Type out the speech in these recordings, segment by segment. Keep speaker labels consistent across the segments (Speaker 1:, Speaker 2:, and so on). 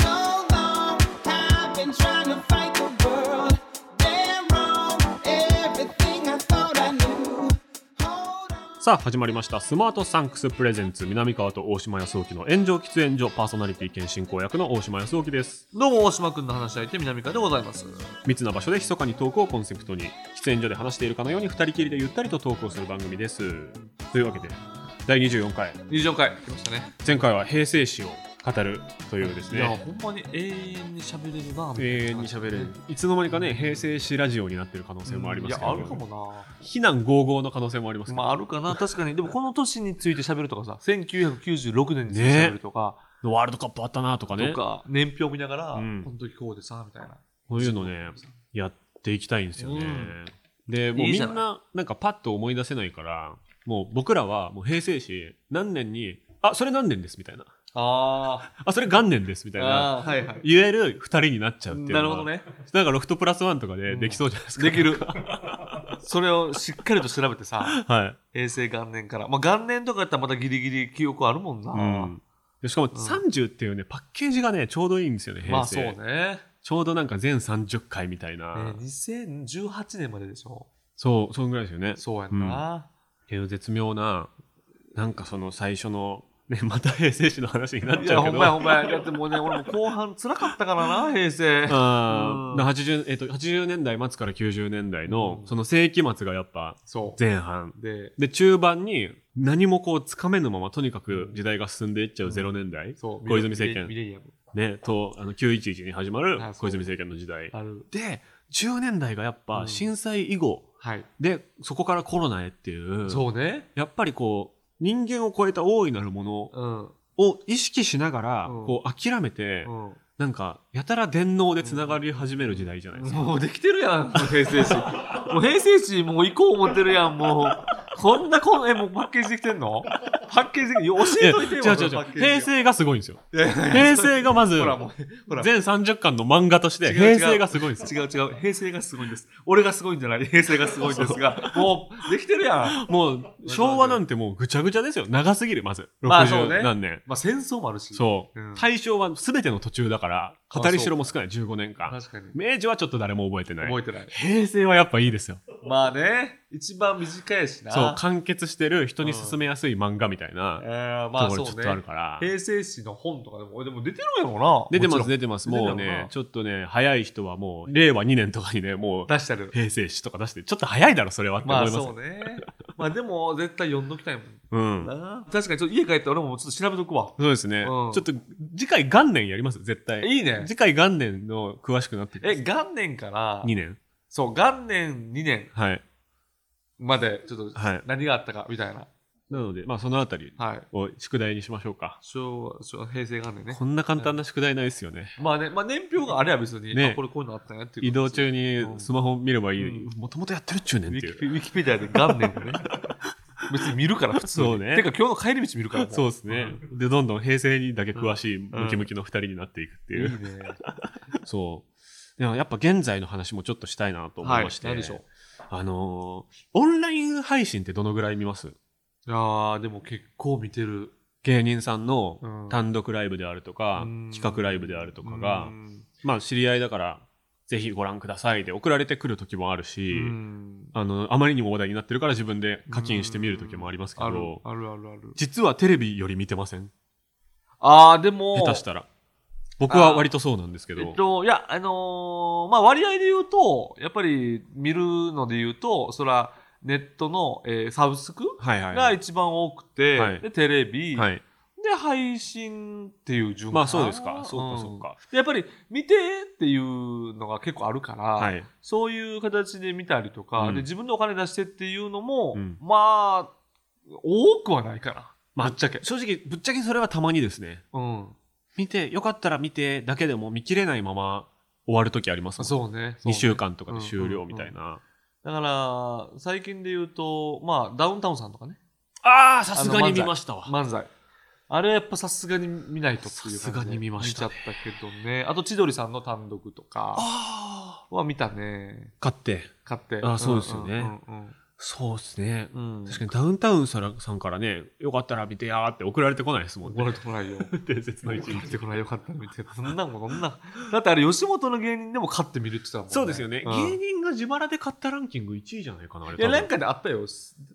Speaker 1: So long, I've been trying to fight the world. Damn wrong, everything I thought I knew. Hold on.
Speaker 2: さあ、始まりました。スマートサンクスプレゼンツ、南川と大島康沖の炎上喫煙所、パーソナリティ兼進行役の大島康沖です。
Speaker 3: どうも、大島くんの話し相手、南川でございます。
Speaker 2: 密な場所で密かにトークをコンセプトに、喫煙所で話しているかのように二人きりでゆったりとトークをする番組です。というわけで、第24回、
Speaker 3: 24回、来ましたね。
Speaker 2: 前回は平成史を語るというです
Speaker 3: いや、
Speaker 2: ね、
Speaker 3: ほんまに永遠に喋れるな
Speaker 2: 永遠に喋れる。いつの間にかね、平成史ラジオになってる可能性もありますけど、
Speaker 3: うんいや、あるかも
Speaker 2: 非難合々の可能性もあります
Speaker 3: な。
Speaker 2: けど
Speaker 3: まあ、あるかな。確かに。でも、この年について喋るとかさ、1996年について
Speaker 2: ね
Speaker 3: 喋るとか、
Speaker 2: ワールドカップあったなとかね
Speaker 3: とか、年表見ながら、
Speaker 2: うん
Speaker 3: この時こうでさ、みたいな。
Speaker 2: こういうのねやっていきたいんですよね、
Speaker 3: うん
Speaker 2: でもう
Speaker 3: い
Speaker 2: み
Speaker 3: い
Speaker 2: ん
Speaker 3: じゃ
Speaker 2: な
Speaker 3: ない
Speaker 2: なんかパッと思い出せないからもう僕らはもう平成史何年にあそれ何年ですみたいな
Speaker 3: あ
Speaker 2: あそれ元年ですみたいな
Speaker 3: あー、はいはい。
Speaker 2: 言える2人になっちゃうっていうの
Speaker 3: な
Speaker 2: は
Speaker 3: るほどね。
Speaker 2: なんかロフトプラスワンとかでできそうじゃないですか、
Speaker 3: できる。それをしっかりと調べてさ、
Speaker 2: はい、
Speaker 3: 平成元年から。まあ、元年とかやったらまたギリギリ記憶あるもんな。
Speaker 2: うんでしかも30っていうね、パッケージがねちょうどいいんですよね
Speaker 3: まあ
Speaker 2: 平
Speaker 3: そう
Speaker 2: 成、
Speaker 3: ね。
Speaker 2: ちょうどなんか全30回みたい
Speaker 3: え
Speaker 2: な、
Speaker 3: ー2018年まででしょ。
Speaker 2: そうそんぐらいですよね
Speaker 3: そうやんな。
Speaker 2: っていう絶妙な、なんかその最初の、ね、また平成史の話になっ
Speaker 3: い
Speaker 2: ちゃ
Speaker 3: や、
Speaker 2: うけ
Speaker 3: ほん
Speaker 2: ど。
Speaker 3: まやほんまや。だってもうね、俺も後半辛かったからな、平成。
Speaker 2: あ
Speaker 3: う
Speaker 2: ー
Speaker 3: ん
Speaker 2: 80えっと80年代末から90年代の
Speaker 3: うん
Speaker 2: その世紀末がやっぱ
Speaker 3: そ
Speaker 2: 前半
Speaker 3: う。で、
Speaker 2: で中盤に何もこうつかめぬままとにかく時代が進んでいっちゃう0年代
Speaker 3: そう。
Speaker 2: 小泉政
Speaker 3: ミ
Speaker 2: 権、
Speaker 3: レミレミレニアム。
Speaker 2: ね、とあの911に始まる
Speaker 3: あそ
Speaker 2: 小
Speaker 3: う
Speaker 2: 泉政権の時代
Speaker 3: ある。
Speaker 2: で10年代がやっぱ
Speaker 3: うん
Speaker 2: 震災以後
Speaker 3: はい。
Speaker 2: でそこからコロナへっていう
Speaker 3: そうね。
Speaker 2: やっぱりこう人間を超えた大いなるもの
Speaker 3: うん。うん。
Speaker 2: を意識しながら、
Speaker 3: うん
Speaker 2: こう諦めて、なんかやたら電脳でつながり始める時代じゃないです か、
Speaker 3: もうできてるやん、もう平成史。もう平成史、もう行こう思ってるやん、もう。こんなこん、え、もうパッケージできてんのパッケージでき教
Speaker 2: え
Speaker 3: え
Speaker 2: 違う
Speaker 3: といてよ。
Speaker 2: 違う
Speaker 3: その
Speaker 2: 違
Speaker 3: パ
Speaker 2: う
Speaker 3: ッケージ
Speaker 2: 平成がすごいんです よ
Speaker 3: いやいやいや
Speaker 2: 平成がまず
Speaker 3: ほら、もう、ほら。
Speaker 2: 全30巻の漫画として
Speaker 3: 違う違
Speaker 2: 平
Speaker 3: う
Speaker 2: 成がすごいんですよ
Speaker 3: 違う違う。平成がすごいんです。俺がすごいん じゃない。平成がすごいんですが、もう、できてるやん。
Speaker 2: も う昭和なんてもうぐちゃぐちゃですよ長すぎるまず
Speaker 3: まあそうね
Speaker 2: 60何年
Speaker 3: まあ、戦争もあるし。
Speaker 2: そう、
Speaker 3: うん
Speaker 2: 大正は全ての途中だから
Speaker 3: あ
Speaker 2: 語りしろも少ない15年間
Speaker 3: 確かに。
Speaker 2: 明治はちょっと誰も覚えてない
Speaker 3: 覚えてない。
Speaker 2: 平成はやっぱいいですよ
Speaker 3: まあね、一番短いしな。
Speaker 2: そう完結してる人に勧めやすい漫画みたいな
Speaker 3: えー、ま
Speaker 2: と
Speaker 3: あ
Speaker 2: ころ
Speaker 3: そ
Speaker 2: ちょっ
Speaker 3: う
Speaker 2: とある
Speaker 3: ね。
Speaker 2: から、
Speaker 3: 平成史の本とかでも、でも出てるやろな。
Speaker 2: 出てま
Speaker 3: も
Speaker 2: す
Speaker 3: ちろん
Speaker 2: 出てます
Speaker 3: 出てる
Speaker 2: もう
Speaker 3: よな
Speaker 2: ねちょっとね早い人はもう令和2年とかにね もう
Speaker 3: 出し てる。
Speaker 2: 平成史とか出してちょっと早いだろそれはって思い
Speaker 3: ま
Speaker 2: ま
Speaker 3: あ
Speaker 2: すよ、
Speaker 3: そうね。まあでも、絶対読んどきたいもん
Speaker 2: うん
Speaker 3: な。確かに、ちょっと家帰って俺もちょっと調べとくわ。
Speaker 2: そうですね、
Speaker 3: うん
Speaker 2: ちょっと次回元年やります絶対
Speaker 3: いいね。
Speaker 2: 次回元年の詳しくなって
Speaker 3: え、元年から、
Speaker 2: 2年
Speaker 3: そう、元年2年
Speaker 2: はい
Speaker 3: まで、ちょっと
Speaker 2: はい
Speaker 3: 何があったか、みたいな。
Speaker 2: なのでまあそのあたり
Speaker 3: はい。
Speaker 2: を宿題にしましょうか、
Speaker 3: 昭和、昭和平成元年ね。
Speaker 2: こんな簡単な宿題ないですよね
Speaker 3: まあね、まあ年表があれば別に、
Speaker 2: ね
Speaker 3: あこれこういうのあったなっていう。
Speaker 2: 移動。中にスマホ見ればいい、
Speaker 3: う
Speaker 2: もともとやってるっちゅうね
Speaker 3: ウ
Speaker 2: んっ
Speaker 3: ィ
Speaker 2: て
Speaker 3: キ
Speaker 2: いう
Speaker 3: ペウィキペディアで元 年でね。別に見るから、普通に。
Speaker 2: そうね
Speaker 3: てか今日の帰り道見るからも。
Speaker 2: そうですね、でどんどん平成にだけ詳しいムキムキの2人になっていくって
Speaker 3: い
Speaker 2: い、
Speaker 3: いうね。
Speaker 2: そう。でもやっぱ現在の話もちょっとしたいなと思
Speaker 3: はいい。
Speaker 2: まして、
Speaker 3: 何でしょう。
Speaker 2: あのーオンライン配信ってどのぐらい見ます
Speaker 3: いやー、でも結構見てる。
Speaker 2: 芸人さんの
Speaker 3: うん
Speaker 2: 単独ライブであるとか、
Speaker 3: うん
Speaker 2: 企画ライブであるとかが、
Speaker 3: うん
Speaker 2: まあ知り合いだから、ぜひご覧くださいで送られてくる時もあるし、
Speaker 3: うん
Speaker 2: あの、あまりにも話題になってるから自分で課金して見る時もありますけ
Speaker 3: ある
Speaker 2: ど、
Speaker 3: あるあるある。
Speaker 2: 実はテレビより見てません
Speaker 3: あー、でも、
Speaker 2: 下手したら。僕は割とそうなんですけ
Speaker 3: え
Speaker 2: ど
Speaker 3: っ、と、いや、あのーまあ、割合で言うと、やっぱり見るので言うと、そら、ネットの、えーサブスク
Speaker 2: はいはい
Speaker 3: が
Speaker 2: はい。
Speaker 3: 一番多くて、
Speaker 2: はい
Speaker 3: でテレビ、
Speaker 2: はい、
Speaker 3: で、配信っていう順
Speaker 2: ま
Speaker 3: 番。
Speaker 2: あそうですか、そうかそう
Speaker 3: うん
Speaker 2: か。
Speaker 3: でやっぱり見てっていうのが結構あるから、
Speaker 2: はい。
Speaker 3: そういう形で見たりとか、
Speaker 2: うん
Speaker 3: で自分でお金出してっていうのも、
Speaker 2: うん
Speaker 3: まあ、多くはないかな。
Speaker 2: まあ
Speaker 3: ぶっちゃけ。
Speaker 2: 正直、ぶっちゃけそれはたまにですね、
Speaker 3: うん。
Speaker 2: 見て、よかったら見てだけでも見切れないまま終わるときありますもん
Speaker 3: そうね。
Speaker 2: 2
Speaker 3: そうね
Speaker 2: 週間とかで終了みたいな。
Speaker 3: だから、最近で言うと、まあ、ダウンタウンさんとかね、
Speaker 2: ああ、さ
Speaker 3: すがに見ま
Speaker 2: したわ。
Speaker 3: 漫才。あれやっぱさすがに見ないとっていう感じで
Speaker 2: さすがに見ましたね
Speaker 3: 見ちゃったけどね。あと千鳥さんの単独とか
Speaker 2: ああ。
Speaker 3: は見たね。
Speaker 2: 勝って。
Speaker 3: 買って。
Speaker 2: あそうですよね
Speaker 3: うん
Speaker 2: そうですね。
Speaker 3: うんうん。うん
Speaker 2: 確かにダウンタウンさんからね、よかったら見てやーって送られてこないですもん
Speaker 3: 怒ら
Speaker 2: ね。
Speaker 3: れてこな いよ。
Speaker 2: 伝説の
Speaker 3: 送
Speaker 2: 一
Speaker 3: ら
Speaker 2: 日
Speaker 3: れ。てこないよかったみたいな。そんなもん、そんな。だってあれ吉本の芸人でも勝って見るって言ってたもんね。
Speaker 2: そうですよね。
Speaker 3: ん
Speaker 2: 芸人が自腹で買ったランキング1位じゃないかな、あれ。
Speaker 3: いや、
Speaker 2: 多分
Speaker 3: なんかであったよ。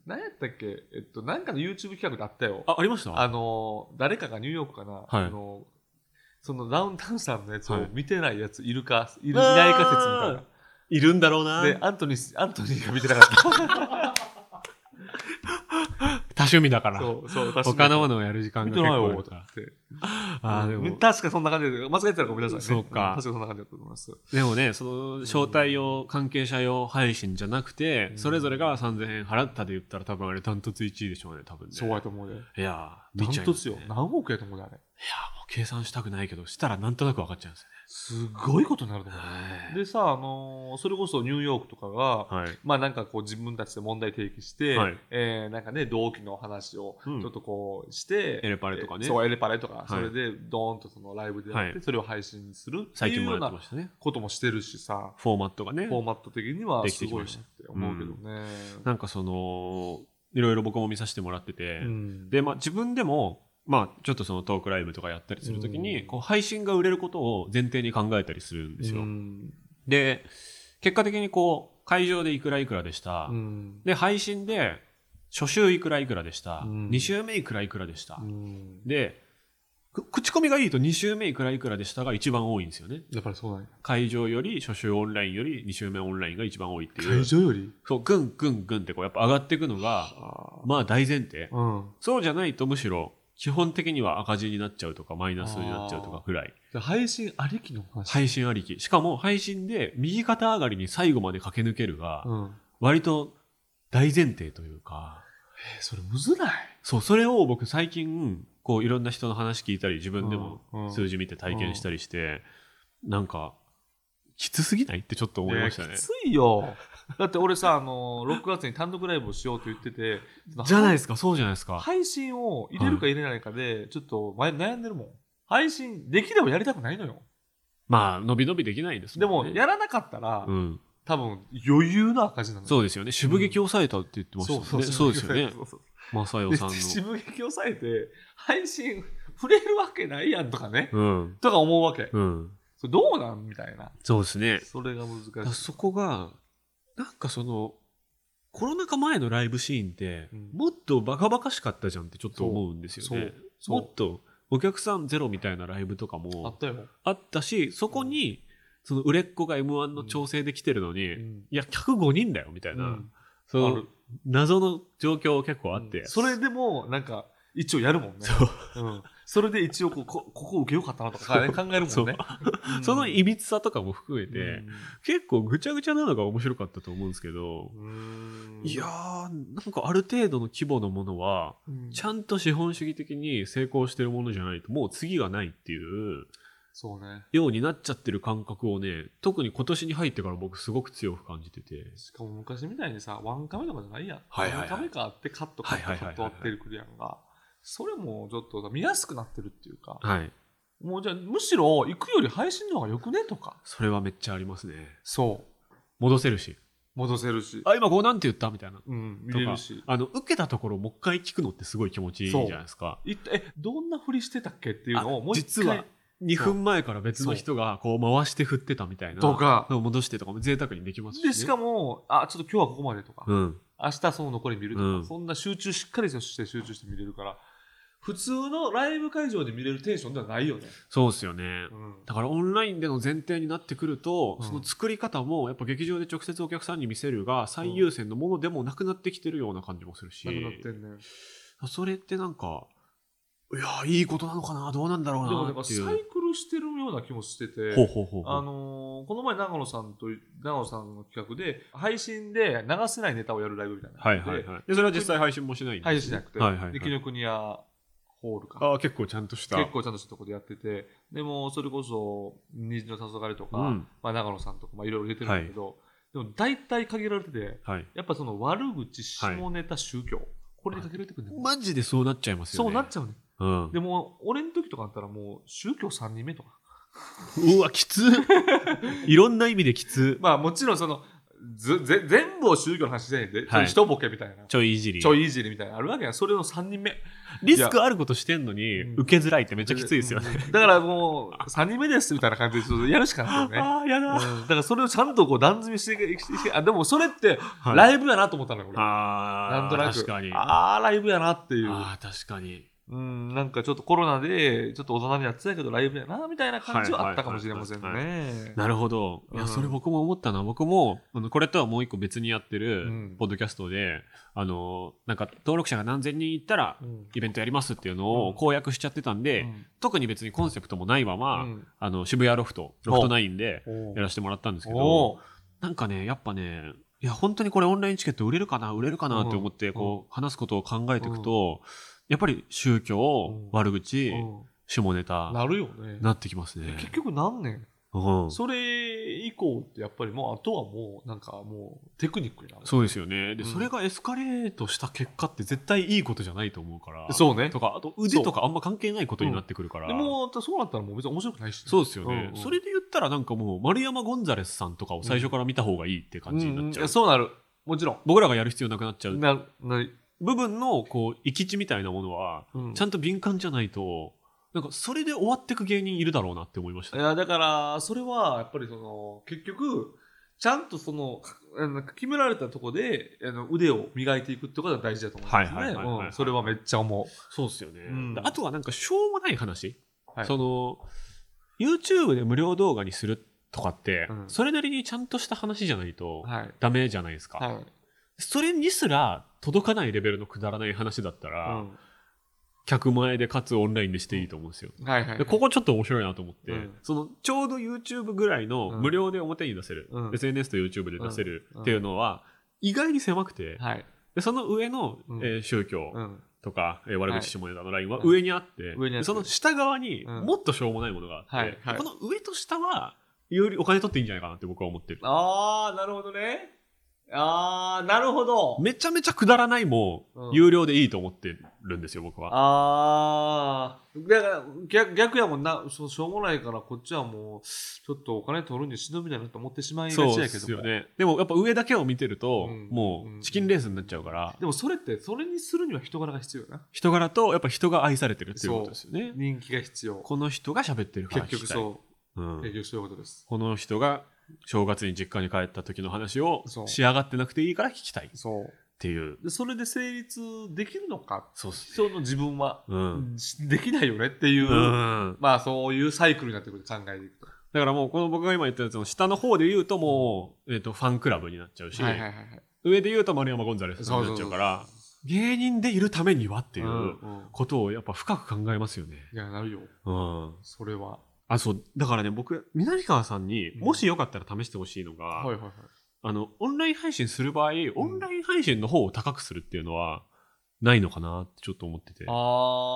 Speaker 3: 何やったっけえっと、なんかの YouTube 企画であったよ。
Speaker 2: あ、ありました
Speaker 3: あのー、誰かがニューヨークかな、
Speaker 2: はい
Speaker 3: あのーそのダウンタウンさんのやつ
Speaker 2: は
Speaker 3: を
Speaker 2: い
Speaker 3: 見てないやついるか、いる、い
Speaker 2: あー
Speaker 3: ないか説みたいな。
Speaker 2: いるんだろうな。
Speaker 3: で、アントニー、アントニーが見てなか った。
Speaker 2: 多趣味だから。
Speaker 3: そう、そう、確か
Speaker 2: 他
Speaker 3: に
Speaker 2: のものをやる時間が
Speaker 3: 見て
Speaker 2: 結
Speaker 3: ない
Speaker 2: 構あ
Speaker 3: わ、
Speaker 2: る
Speaker 3: と
Speaker 2: か
Speaker 3: 思
Speaker 2: ら。
Speaker 3: って。
Speaker 2: あーで
Speaker 3: うん
Speaker 2: も、
Speaker 3: 確かそんな感じで、間違えてたらごめんなさいね。
Speaker 2: そうか
Speaker 3: ん確かそんな感じだったと思います。
Speaker 2: でもね、その、招待用、関係者用配信じゃなくて、それぞれが3000円払ったで言ったら多分あれダントツ1位でしょうね、多分ね。
Speaker 3: そうやと思うで。
Speaker 2: いやー、
Speaker 3: ダ
Speaker 2: 見
Speaker 3: ン
Speaker 2: ちゃい
Speaker 3: ト
Speaker 2: ま
Speaker 3: ツ
Speaker 2: す、ね。
Speaker 3: よ。何億やと思うで、あれ。
Speaker 2: いやーもう計算したくないけど、したらなんとなく分かっちゃうんです
Speaker 3: すごいことになると
Speaker 2: よ
Speaker 3: 思
Speaker 2: ね。
Speaker 3: う。でさ、あのーそれこそニューヨークとかが、
Speaker 2: はい。
Speaker 3: まあなんかこう自分たちで問題提起して、
Speaker 2: はい
Speaker 3: えーなんかね、同期の話をち
Speaker 2: うん
Speaker 3: ょっとこうして、
Speaker 2: エレパレとかね
Speaker 3: そう、エレパレとか、
Speaker 2: い
Speaker 3: それでドーンとそのライブでやって、
Speaker 2: はい
Speaker 3: それを配信するって
Speaker 2: 最
Speaker 3: い
Speaker 2: 近
Speaker 3: う
Speaker 2: も
Speaker 3: よう
Speaker 2: やって
Speaker 3: な
Speaker 2: ましたね。
Speaker 3: こともしてるしさ、
Speaker 2: フォーマットがね
Speaker 3: フ。ォーマット的には
Speaker 2: でき
Speaker 3: す
Speaker 2: てき
Speaker 3: ごい
Speaker 2: まし
Speaker 3: した
Speaker 2: ね
Speaker 3: って思うけどね。
Speaker 2: なんかその、いろいろ僕も見させてもらってて、
Speaker 3: うん
Speaker 2: で、まあ自分でも、まあちょっとそのトークライブとかやったりするときに、
Speaker 3: うん
Speaker 2: こう配信が売れることを前提に考えたりするんですよ。
Speaker 3: うん
Speaker 2: で、結果的にこう、会場でいくらいくらでした。
Speaker 3: うん
Speaker 2: で、配信で、初週いくらいくらでした。
Speaker 3: うん
Speaker 2: 2週目いくらいくらでした。
Speaker 3: うん
Speaker 2: で、く口コミがいいと2週目いくらいくらでしたが一番多いんですよね。
Speaker 3: やっぱりそうなんや。
Speaker 2: 会場より初週オンラインより2週目オンラインが一番多いっていう
Speaker 3: 会。場より
Speaker 2: そう、ぐんぐんぐんってこうやっぱ上がっていくのが、
Speaker 3: あ
Speaker 2: まあ大前提。
Speaker 3: ーうん。
Speaker 2: そうじゃないとむしろ基本的には赤字になっちゃうとかマイナスになっちゃうとかぐらい。
Speaker 3: で配信ありきの話。
Speaker 2: 配信ありき。しかも配信で右肩上がりに最後まで駆け抜けるが、
Speaker 3: うん。
Speaker 2: 割と大前提というか、
Speaker 3: えーそれむずない
Speaker 2: そう、それを僕最近、こういろんな人の話聞いたり、自分でも
Speaker 3: うんうん
Speaker 2: 数字見て体験したりして、なんか、きつすぎないってちょっと思いましたね
Speaker 3: やき。ついよ。だって俺さ、あの、6月に単独ライブをしようと言ってて、
Speaker 2: じゃないですすか、そうじゃないですか。
Speaker 3: 配信を入れるか入れないかで、ちょっと前悩んでるもん。配信できればやりたくないのよ。
Speaker 2: まあ、伸び伸びできないです
Speaker 3: でも、
Speaker 2: ね
Speaker 3: やらなかったら、
Speaker 2: うん。
Speaker 3: 多分余裕の赤字なのよ。
Speaker 2: そうですよね。渋劇を抑えたって言ってましたもんね。そう ですよね。
Speaker 3: そうそう
Speaker 2: マサヨさんの
Speaker 3: で。渋劇抑えて、配信触れるわけないやんとかね。
Speaker 2: うん。
Speaker 3: とか思うわけ。
Speaker 2: うん。
Speaker 3: それどうなんみたいな。
Speaker 2: そうですね。
Speaker 3: それが難しい。
Speaker 2: だからそこが、なんかその、コロナ禍前のライブシーンって、
Speaker 3: うん
Speaker 2: もっとバカバカしかったじゃんってちょっと思うんですよね。
Speaker 3: そう
Speaker 2: もっとお客さんゼロみたいなライブとか
Speaker 3: あっ
Speaker 2: も
Speaker 3: たよ。
Speaker 2: あったし、そこに、その売れっ子が M1 の調整できてるのに、
Speaker 3: うん
Speaker 2: いや、客5人だよみたいな、
Speaker 3: うん
Speaker 2: そ
Speaker 3: あ
Speaker 2: の
Speaker 3: る
Speaker 2: 謎の状況結構あって、
Speaker 3: うんそれでもなんか一応やるもんね
Speaker 2: そう
Speaker 3: うん、それで一応こうこここ受けようかったなとかね、考えるも
Speaker 2: そ
Speaker 3: ん
Speaker 2: う
Speaker 3: ね、うん
Speaker 2: そのいびつさとかも含めて、
Speaker 3: う
Speaker 2: 結構ぐちゃぐちゃなのが面白かったと思うんですけど、
Speaker 3: ん
Speaker 2: いやー、なんかある程度の規模のものは、
Speaker 3: うん
Speaker 2: ちゃんと資本主義的に成功してるものじゃないともう次がないっていう
Speaker 3: そうね
Speaker 2: ようになっちゃってる感覚をね特に今年に入ってから僕すごく強く感じてて
Speaker 3: しかも昔みたいにさワンカメとかじゃないやん、
Speaker 2: はいはいはい
Speaker 3: ワンカメかあってカットカットカット割ってくるやんがそれもちょっとさ見やすくなってるっていうか
Speaker 2: はい
Speaker 3: もうじゃあむしろ行くより配信の方がよくねとか
Speaker 2: それはめっちゃありますね
Speaker 3: そう
Speaker 2: 戻せるし
Speaker 3: 戻せるし
Speaker 2: あ今こうなんて言ったみたいな
Speaker 3: うん見
Speaker 2: と
Speaker 3: れ
Speaker 2: か
Speaker 3: るし
Speaker 2: あの受けたところをもう一回聞くのってすごい気持ちいいじゃないですか
Speaker 3: いえどんなふりしてたっけっていうのをもう一
Speaker 2: 実
Speaker 3: 回
Speaker 2: は2分前から別の人がこう回して振ってたみたいな
Speaker 3: とか
Speaker 2: のを戻してとかも贅沢にできますし、ね、
Speaker 3: で、しかも、あ、ちょっと今日はここまでとか、
Speaker 2: うん
Speaker 3: 明日その残り見るとか、
Speaker 2: うん
Speaker 3: そんな集中しっかりして集中して見れるから、普通のライブ会場で見れるテンションではないよね。
Speaker 2: そうですよね
Speaker 3: うん
Speaker 2: だからオンラインでの前提になってくると、
Speaker 3: うん
Speaker 2: その作り方もやっぱ劇場で直接お客さんに見せるが最優先のものでもなくなってきてるような感じもするし、
Speaker 3: なくなってんね。
Speaker 2: それってなんかいやーいいことなのかなどうなんだろ
Speaker 3: でもな
Speaker 2: うんな
Speaker 3: か
Speaker 2: って
Speaker 3: サ
Speaker 2: い
Speaker 3: イ
Speaker 2: う
Speaker 3: クルしてるような気もしてて、
Speaker 2: ほうほうほうほう
Speaker 3: あのーこの前長野さんと長野さんの企画で配信で流せないネタをやるライブみたいなのがあ
Speaker 2: はい
Speaker 3: って、
Speaker 2: はいはいでそれは実際配信もしないんですね
Speaker 3: 配信じゃなくて、
Speaker 2: はいはいはい
Speaker 3: で紀ノ国屋ホールか
Speaker 2: ああ結構ちゃんとした
Speaker 3: 結構ちゃんとしたとこでやっててでもそれこそ虹の黄昏とか、
Speaker 2: うん
Speaker 3: まあ、長野さんとかまあいろいろ出てるんだけど、でも大体限られてて
Speaker 2: はい
Speaker 3: やっぱその悪口下ネタ宗教、これで限られてくるんだよね、
Speaker 2: マジでそうなっちゃいますよ
Speaker 3: そ
Speaker 2: ね
Speaker 3: うなっちゃうね
Speaker 2: うん
Speaker 3: でも、俺の時とかだったらもう、宗教3人目とか。
Speaker 2: うわ、きついろんな意味できつ
Speaker 3: まあ、もちろん、その、ずぜ全部を宗教の話じゃないで、
Speaker 2: はい
Speaker 3: 一ボケみたいな。
Speaker 2: ちょいいじり
Speaker 3: ち。ょいいじりみたいなのあるわけやんそれの3人目
Speaker 2: リスクあることしてんのに、
Speaker 3: うん
Speaker 2: 受けづらいってめっちゃきついですよね。
Speaker 3: だからもう3人目ですみたいな感じでちょっとやるしかないですよね、
Speaker 2: ああ、やだ。
Speaker 3: うんだからそれをちゃんとこう段積みしていくしてあでもそれって
Speaker 2: はい
Speaker 3: ライブやなと思ったのよ、俺
Speaker 2: ああ、
Speaker 3: なんとなく
Speaker 2: 確かに。あ
Speaker 3: ああライブやなっていう
Speaker 2: あ、確かに。
Speaker 3: うん、なんかちょっとコロナでちょっと大人になってたけどライブやなみたいな感じはあったかもしれません
Speaker 2: はいは
Speaker 3: ね。
Speaker 2: なるほど。いや、
Speaker 3: うん
Speaker 2: それ僕も思ったな。僕も、あのこれとはもう一個別にやって
Speaker 3: う
Speaker 2: る
Speaker 3: ん、
Speaker 2: ポッドキャストで、あの、なんか、登録者が何千人いったら、
Speaker 3: うん
Speaker 2: イベントやりますっていうのを公約しちゃってたんで、特に別にコンセプトもないまま、
Speaker 3: うん
Speaker 2: あの渋谷ロフト、ロフト9で
Speaker 3: おう
Speaker 2: やらせてもらったんですけど、
Speaker 3: おう
Speaker 2: なんかね、やっぱね、いや、本当にこれオンラインチケット売れるかな、売れるかなって思って、
Speaker 3: ん
Speaker 2: こう、話すことを考えていくと、やっぱり宗教
Speaker 3: うん、
Speaker 2: 悪口、
Speaker 3: う
Speaker 2: 下ネ
Speaker 3: ん
Speaker 2: タ、
Speaker 3: なるよね。
Speaker 2: なってきますね。
Speaker 3: 結局何年
Speaker 2: うん
Speaker 3: それ以降ってやっぱりもうあとはもうなんかもうテクニックになる。
Speaker 2: そうですよね。で、
Speaker 3: うん
Speaker 2: それがエスカレートした結果って絶対いいことじゃないと思うから。
Speaker 3: そうね。
Speaker 2: とか、あと腕とかあんま関係ないことになってくるから。
Speaker 3: でもそうなったらもう別に面白くないしね、
Speaker 2: そうですよね、
Speaker 3: うんうん
Speaker 2: それで言ったらなんかもう丸山ゴンザレスさんとかを最初から見た方がいいって感じになっ
Speaker 3: うんうんい
Speaker 2: ちゃう。
Speaker 3: やそうなる。もちろ
Speaker 2: 僕らがやる必要なくなっちゃ
Speaker 3: ん。
Speaker 2: う
Speaker 3: なな
Speaker 2: 部分のこう行き地みたいなものは
Speaker 3: うん
Speaker 2: ちゃんと敏感じゃないとなんかそれで終わってく芸人いるだろうなって思いまし
Speaker 3: い
Speaker 2: た。
Speaker 3: やだからそれはやっぱりその結局ちゃんとそのあの決められたとこであの腕を磨いていくってことが大事だと思うんです
Speaker 2: はいはいはいはいはい
Speaker 3: ねうんそれはめっちゃ思
Speaker 2: そうですよね、
Speaker 3: うん
Speaker 2: であとはなんかしょうもない話、
Speaker 3: はい
Speaker 2: その YouTube で無料動画にするとかって、
Speaker 3: うん
Speaker 2: それなりにちゃんとした話じゃないと
Speaker 3: うはい
Speaker 2: ダメじゃないですか、
Speaker 3: はい、
Speaker 2: それにすら届かないレベルのくだらない話だったら、客前でかつオンラインでしていいと思うんですよ。
Speaker 3: うん、はいはい
Speaker 2: でここちょっと面白いなと思って、
Speaker 3: うん
Speaker 2: そのちょうど YouTube ぐらいの
Speaker 3: うん
Speaker 2: 無料で表に出せる、
Speaker 3: うん
Speaker 2: SNS と YouTube で出せるっていうのは意外に狭くて、
Speaker 3: はい、
Speaker 2: でその上の、
Speaker 3: うん
Speaker 2: えー宗教
Speaker 3: うん、
Speaker 2: とか、えー悪口下ネタのラインは
Speaker 3: はい
Speaker 2: 上にあって,、
Speaker 3: 上にあって
Speaker 2: その下側に
Speaker 3: うん
Speaker 2: もっとしょうもないものがあって、
Speaker 3: はいはい
Speaker 2: この上と下はよりお金取っていいんじゃないかなって僕は思ってる。
Speaker 3: ああなるほどねああなるほど
Speaker 2: めちゃめちゃくだらないも
Speaker 3: うん
Speaker 2: 有料でいいと思ってるんですよ僕は。
Speaker 3: ああだから逆逆やもんなそうしょうもないからこっちはもうちょっとお金取るに忍びだなと思ってしまいがちやけ
Speaker 2: そう
Speaker 3: ども
Speaker 2: ですよね。でもやっぱ上だけを見てると、
Speaker 3: うん
Speaker 2: もうチキンレースになっちゃうから、
Speaker 3: でもそれってそれにするには人柄が必要やな
Speaker 2: 人柄とやっぱ人が愛されてるっていうことですよね。
Speaker 3: 人気が必要
Speaker 2: この人が喋ってるから
Speaker 3: 結
Speaker 2: 聞き
Speaker 3: 局
Speaker 2: たい。
Speaker 3: そううん結局そういうことです
Speaker 2: この人が正月に実家に帰った時の話を
Speaker 3: そう
Speaker 2: 仕上がってなくていいから聞きたいっ
Speaker 3: そう
Speaker 2: ていう。
Speaker 3: でそれで成立できるのか
Speaker 2: そうっすね。
Speaker 3: その自分は、
Speaker 2: うん。
Speaker 3: しできないよねっていう、
Speaker 2: うん
Speaker 3: まあそういうサイクルになってくる考えていくと
Speaker 2: だからもうこの僕が今言ったやつの下の方で言うともう、えっとファンクラブになっちゃうし、
Speaker 3: はいはいはいはい
Speaker 2: 上で言うと丸山ゴンザレスさんになっちゃうから芸人でいるためにはってい
Speaker 3: うん
Speaker 2: う
Speaker 3: うん
Speaker 2: ことをやっぱ深く考えますよね。
Speaker 3: いやなるよ
Speaker 2: うん、
Speaker 3: それは
Speaker 2: あそうだからね僕南川さんに
Speaker 3: うん
Speaker 2: もしよかったら試してほしいのが、
Speaker 3: はいはいはい
Speaker 2: あのオンライン配信する場合オンライン配信の方を高くするっていうのはないのかなってちょっと思ってて、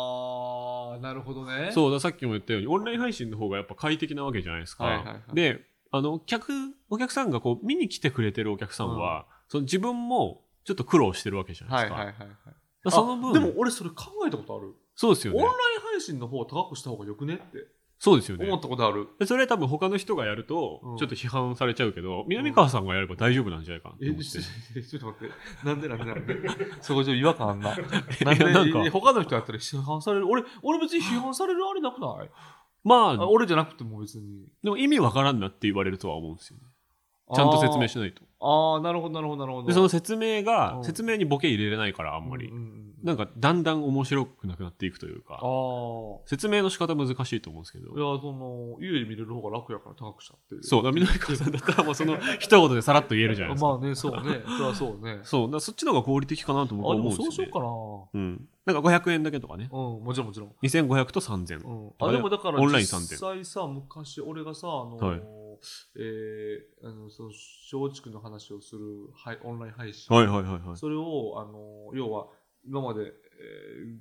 Speaker 3: ああなるほどね
Speaker 2: そうださっきも言ったようにオンライン配信の方がやっぱ快適なわけじゃないですか、
Speaker 3: はいはいはい
Speaker 2: であの客お客さんがこう見に来てくれてるお客さんは、その自分もちょっと苦労してるわけじゃない
Speaker 3: は
Speaker 2: で
Speaker 3: い
Speaker 2: すか,、
Speaker 3: はいはいはい
Speaker 2: その分
Speaker 3: あでも俺それ考えたことある、
Speaker 2: そうですよ
Speaker 3: オン
Speaker 2: ね
Speaker 3: ライン配信の方を高くした方がよくねって
Speaker 2: そうですよ
Speaker 3: 思
Speaker 2: ね
Speaker 3: ったことある、
Speaker 2: でそれは多分他の人がやると
Speaker 3: うん
Speaker 2: ちょっと批判されちゃうけど、南川さんがやれば大丈夫なんじゃないかなと
Speaker 3: え、
Speaker 2: 思って
Speaker 3: ちょちょちょっと待って。なんでなんでなんでそこちょっと違和感あんな。ない
Speaker 2: やなん
Speaker 3: ん
Speaker 2: か
Speaker 3: で他の人やったら批判される。俺、俺別に批判されるあれなくない
Speaker 2: まあ
Speaker 3: あ俺じゃなくても別に。
Speaker 2: でも意味わからんなって言われるとは思うんですよね。ちゃんと説明しないと。
Speaker 3: あーあー、なるほど、なるほど、なるほど。
Speaker 2: で、その説明
Speaker 3: う
Speaker 2: が、
Speaker 3: ん
Speaker 2: 説明にボケ入れれないから、あんまり
Speaker 3: うん。うんうん
Speaker 2: なんか、だんだん面白くなくなっていくという
Speaker 3: ああ。
Speaker 2: か、説明の仕方難しいと思うんですけ
Speaker 3: い
Speaker 2: ど、
Speaker 3: や、その、家で見れる方が楽やから高くしたっていう。
Speaker 2: そう、だから南川さんだったら、もうその、一言でさらっと言えるじゃないですか。
Speaker 3: まあね、そうね。それはそうね。
Speaker 2: そう、だからそっちの方が合理的かなと僕
Speaker 3: あ、
Speaker 2: は
Speaker 3: で
Speaker 2: 思
Speaker 3: も
Speaker 2: うんです
Speaker 3: そう
Speaker 2: よ。
Speaker 3: しようかな。
Speaker 2: な。うん。なんか500円だけとかね。
Speaker 3: うん、もちろんもちろん。
Speaker 2: 2500と3000。
Speaker 3: うん、あでもだから
Speaker 2: オンライン
Speaker 3: 実際さ昔俺がさあの、
Speaker 2: はい
Speaker 3: えーあのその松竹の話をするはいオンライン配信、
Speaker 2: はいはいはいはい。
Speaker 3: それをあの要は今まで、え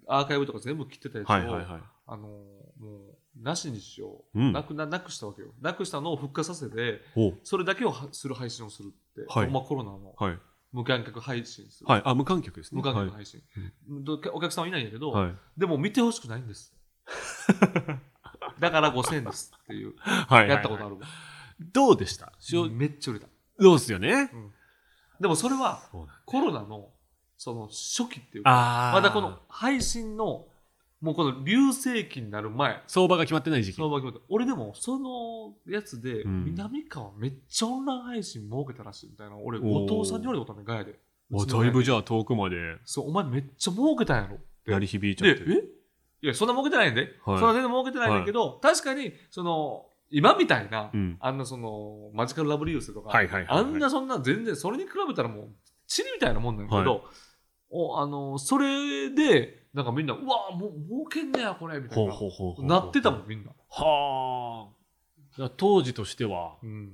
Speaker 3: ーアーカイブとか全部切ってたやつを、
Speaker 2: はいはいはい。
Speaker 3: あのもうなしにしよう、
Speaker 2: うん
Speaker 3: なくななくしたわけよなくしたのを復活させて
Speaker 2: お
Speaker 3: それだけをはする配信をするって、
Speaker 2: はい
Speaker 3: ほんまコロナの
Speaker 2: はい。
Speaker 3: 無観客配信する。
Speaker 2: はい。あ、無観客ですね。
Speaker 3: 無観客配信、どお客さんはいないんやけど、
Speaker 2: はい。
Speaker 3: でも見てほしくない んです。だから5000ですっていう、
Speaker 2: はい。はい
Speaker 3: やったことあ
Speaker 2: はい
Speaker 3: るわ、
Speaker 2: どうでした
Speaker 3: うんめっちゃ売れた。
Speaker 2: どうっすよね。
Speaker 3: でもそれは
Speaker 2: そうなん
Speaker 3: コロナのその初期っていうか、
Speaker 2: あー
Speaker 3: まだこの、配信の、もうこの流星期になる前、
Speaker 2: 相場が決まってない時期。
Speaker 3: その場決まった俺でもそのやつで、
Speaker 2: うん
Speaker 3: 南川めっちゃオンライン配信儲けたらしいみたいな俺
Speaker 2: おー
Speaker 3: 後藤さんに言われたことないガヤで
Speaker 2: あ
Speaker 3: うちの
Speaker 2: だ
Speaker 3: ガヤ
Speaker 2: い
Speaker 3: で
Speaker 2: ぶじゃあ遠くまで
Speaker 3: そうお前めっちゃ儲けたんやろ
Speaker 2: 鳴り響いちゃ
Speaker 3: で
Speaker 2: ってる。
Speaker 3: えいやそんな儲けてないんで、
Speaker 2: はい
Speaker 3: そんな全然儲けてないんだけど、確かにその今みたいな、
Speaker 2: うん。
Speaker 3: あんなそのマジカルラブリユースとか、
Speaker 2: はいはいはいはい
Speaker 3: あんなそんな全然それに比べたらもうチリみたいなもんなんだけど、おあのそれでなんかみんなうわもう儲けんねやこれみたい
Speaker 2: ほう
Speaker 3: な
Speaker 2: ほうほうほう。
Speaker 3: なってたも。んみんな、
Speaker 2: はあ。だから当時としては、
Speaker 3: うん、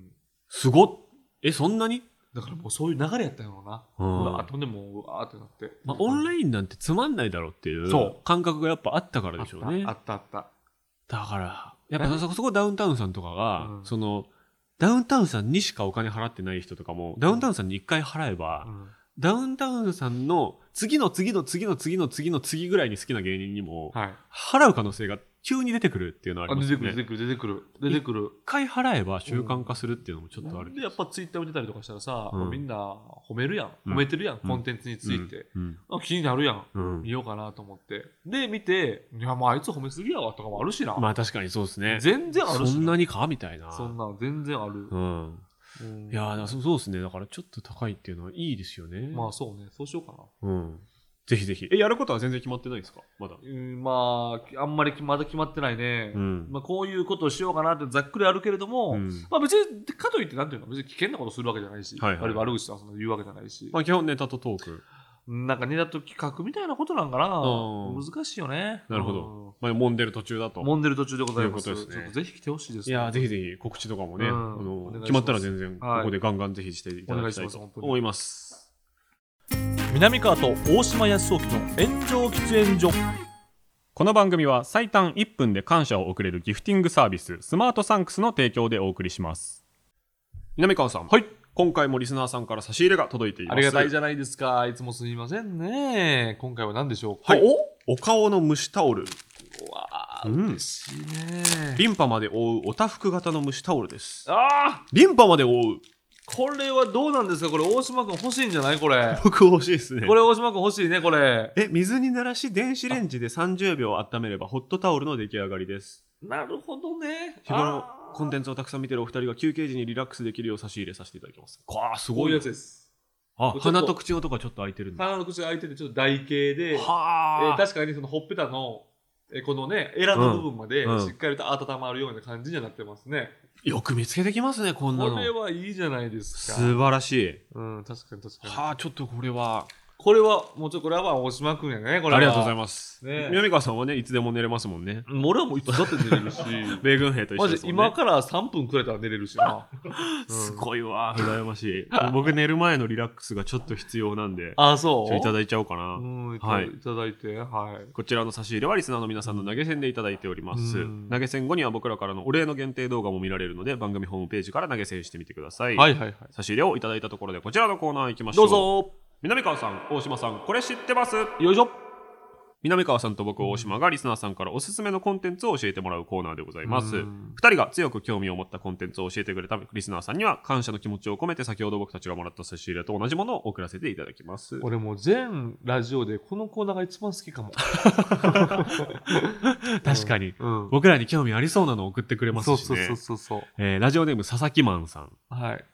Speaker 2: すごっ。え、そんなに
Speaker 3: だからもうそういう流れやったんやろうな、
Speaker 2: う
Speaker 3: うんわーとんでもううわーってなって、
Speaker 2: まあ、オンラ
Speaker 3: イ
Speaker 2: インなんてつまんないだろうっていう
Speaker 3: そう
Speaker 2: 感覚がやっぱあったからでしょうね。
Speaker 3: あったあったあっ
Speaker 2: だから、やっぱそこそこダウンタウンさんとかが、
Speaker 3: うん
Speaker 2: その、ダウンタウンさんにしかお金払ってない人とかも、ダウンタウンさんに一回払えば
Speaker 3: た、、うん
Speaker 2: ダウンタウンさんの次の次の次の次の次の次ぐらいに好きな芸人にも、
Speaker 3: はい
Speaker 2: 払う可能性が急に出てくるっていうのはあ
Speaker 3: あ
Speaker 2: りま
Speaker 3: 出
Speaker 2: す
Speaker 3: て
Speaker 2: よ
Speaker 3: くる
Speaker 2: ね。
Speaker 3: 出てくる出てくる出てくる
Speaker 2: 一回払えば習慣化するっていうのもちょっとある。
Speaker 3: でやっぱツイッター見てたりとかしたらさ、
Speaker 2: うん
Speaker 3: みんな褒めるやん
Speaker 2: うん
Speaker 3: 褒めてるやん、
Speaker 2: うん
Speaker 3: コンテンツについて、
Speaker 2: うん。
Speaker 3: あ気になるやん
Speaker 2: うん
Speaker 3: 見。ようかなと思ってで見ていやまああいつ褒めすぎやわとかもあるしな、
Speaker 2: まあ確かにそうですね。
Speaker 3: 全然あるし
Speaker 2: そんなにかみたいな。
Speaker 3: そんな全然ある、
Speaker 2: うん。
Speaker 3: うん
Speaker 2: いやーだからそそうですね。だからちょっと高いっていうのはいいですよね。
Speaker 3: まあそうねそうしようかな
Speaker 2: うん。ぜひぜひ。え、やることは全然決まってないですかまだ。
Speaker 3: うんまああんまりまだ決まってないね、
Speaker 2: ん
Speaker 3: まあ、こういうことをしようかなってざっくりあるけれども、
Speaker 2: うん
Speaker 3: まあ、別にかといってなんていうの別に危険なことするわけじゃないし、
Speaker 2: はいはい
Speaker 3: 悪悪口とかその言うわけじゃないし、
Speaker 2: まあ基本ネタとトーク。
Speaker 3: なんかネタと企画みたいなことなんかな
Speaker 2: うん
Speaker 3: 難しいよね
Speaker 2: なるほど。まあ揉んでる途中だ
Speaker 3: う
Speaker 2: と
Speaker 3: ん。揉んでる途中でございます
Speaker 2: ということですね
Speaker 3: ちょっとぜひ来てほしいです
Speaker 2: いやーぜひぜひ告知とかもね、
Speaker 3: うん
Speaker 2: あ
Speaker 3: お
Speaker 2: の
Speaker 3: 願いしま
Speaker 2: 決
Speaker 3: す
Speaker 2: まったら全然こ
Speaker 3: はい
Speaker 2: こでガンガンぜひしていただきたいと思います。
Speaker 3: 南川と大島康沖の炎上喫煙所
Speaker 2: この番組は最短1分で感謝を送れるギフティングサービススマートサンクスの提供でお送りします。南川さん、はい、今回もリスナーさんから差し入れが届いています。
Speaker 3: ありがたいじゃないですかいつもすみませんね今回は何でしょうか
Speaker 2: はい、おお顔の蒸しタオル、
Speaker 3: おうわー
Speaker 2: うん
Speaker 3: 嬉しいね
Speaker 2: リンパまで覆うおたふく型の蒸しタオルです。
Speaker 3: ああ
Speaker 2: リンパまで覆う。
Speaker 3: これはどうなんですかこれ大島君欲しいんじゃないこれ
Speaker 2: 僕欲しいですね。
Speaker 3: これ大島君欲しいねこれ
Speaker 2: え、水に濡らし電子レンジで30秒温めればホットタオルの出来上がりです。
Speaker 3: なるほどね
Speaker 2: 日頃
Speaker 3: あー
Speaker 2: コンテンツをたくさん見てるお二人が休憩時にリラックスできるよう差し入れさせていただきます。わあ、す
Speaker 3: こ
Speaker 2: ご
Speaker 3: う
Speaker 2: い
Speaker 3: いう
Speaker 2: や
Speaker 3: や
Speaker 2: つ。
Speaker 3: つです
Speaker 2: あ
Speaker 3: ちょ、っと
Speaker 2: 鼻と口のとこちょっと開いてるんだ。
Speaker 3: 鼻の口が開いててちょっと台形でえ
Speaker 2: は
Speaker 3: ー確かにそのほっぺたの、えーこのねエラの部分まで
Speaker 2: うんうん
Speaker 3: しっかりと温まるような感じにはなってますね、
Speaker 2: よく見つけてきますね、こんな
Speaker 3: これ
Speaker 2: の。
Speaker 3: はいいじゃないですか
Speaker 2: 素晴らしい。
Speaker 3: うん確かに確かに
Speaker 2: はあ、ちょっとこれは。
Speaker 3: これはもうちょっとこれはまあ大島君やねこれは
Speaker 2: ありがとうござい
Speaker 3: ま
Speaker 2: ます。
Speaker 3: ねえ
Speaker 2: 南川さんはね、いつでも寝れますもんね。
Speaker 3: す俺はもういつだって寝れ るし
Speaker 2: 米軍兵と一緒
Speaker 3: マ
Speaker 2: で
Speaker 3: ジ
Speaker 2: すもんね。
Speaker 3: 今から3分くれたら寝れるし な、うん
Speaker 2: すごいわ、羨ましい。僕寝る前のリラックスがちょっと必要なんで、
Speaker 3: あそ
Speaker 2: ち
Speaker 3: う
Speaker 2: ょいた
Speaker 3: い
Speaker 2: だいちゃおうかな。
Speaker 3: うんいた,、
Speaker 2: はい
Speaker 3: い、ただいてはい
Speaker 2: こちらの差し入れはリスナーの皆さんの投げ銭でいただいております、
Speaker 3: うん
Speaker 2: 投げ銭後には僕らからのお礼の限定動画も見られるので番組ホームページから投げ銭してみてください、
Speaker 3: はいはいはい
Speaker 2: 差し入れをいただいたところでこちらのコーナー行きましょ
Speaker 3: ど
Speaker 2: う
Speaker 3: うぞ
Speaker 2: 南川さん大島さんこれ知ってます
Speaker 3: よいしょ
Speaker 2: 南川さんと僕大島がリスナーさんからおすすめのコンテンツを教えてもらうコーナーでございます、
Speaker 3: うん
Speaker 2: 2人が強く興味を持ったコンテンツを教えてくれたリスナーさんには感謝の気持ちを込めて先ほど僕たちがもらった差し入れと同じものを送らせていただきます
Speaker 3: 俺もう全ラジオでこのコーナーが一番好きかも、
Speaker 2: 確かに
Speaker 3: うん、
Speaker 2: 僕らに興味ありそうなのを送ってくれますし
Speaker 3: そ
Speaker 2: ね
Speaker 3: うそうそうそうそう
Speaker 2: えーラジオネーム佐々木マンさん
Speaker 3: はい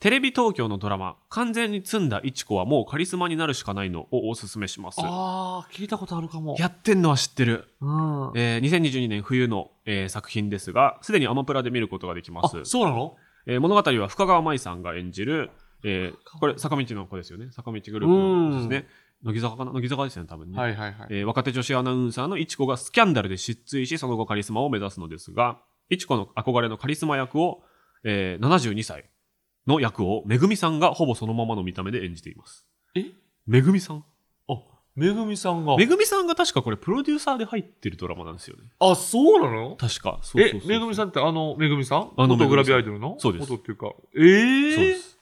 Speaker 2: テレビ東京のドラマ「完全に積んだいちこはもうカリスマになるしかないの」をおすすめします
Speaker 3: ああ聞いたことあるかも
Speaker 2: やってんのは知ってる、
Speaker 3: うん、
Speaker 2: えー2022年冬の、えー作品ですがすでにアマプラで見ることができま
Speaker 3: あ
Speaker 2: す、
Speaker 3: そうなの
Speaker 2: えー物語は深川舞さんが演じる、えーこれ坂道の子ですよね坂道グループの子ですね乃木坂かな乃木坂ですよね多分ね、
Speaker 3: はいはいはい。
Speaker 2: えー若手女子アナウンサーのいちこがスキャンダルで失墜しその後カリスマを目指すのですがいちこの憧れのカリスマ役を、えー72歳の役をめぐみさんがほぼそのままの見た目で演じています
Speaker 3: え
Speaker 2: めぐみさん
Speaker 3: あ、めぐみさんが
Speaker 2: めぐみさんが確かこれプロデューサーで入ってるドラマなんですよね
Speaker 3: あ、そうなの
Speaker 2: 確かそうそう
Speaker 3: え
Speaker 2: そう、そう
Speaker 3: めぐみさんってあの、めぐみさん
Speaker 2: あのめぐみさん
Speaker 3: 元グラビアアイドルの
Speaker 2: そうです
Speaker 3: 元っていうか。
Speaker 2: そう
Speaker 3: ええ
Speaker 2: で
Speaker 3: ー
Speaker 2: す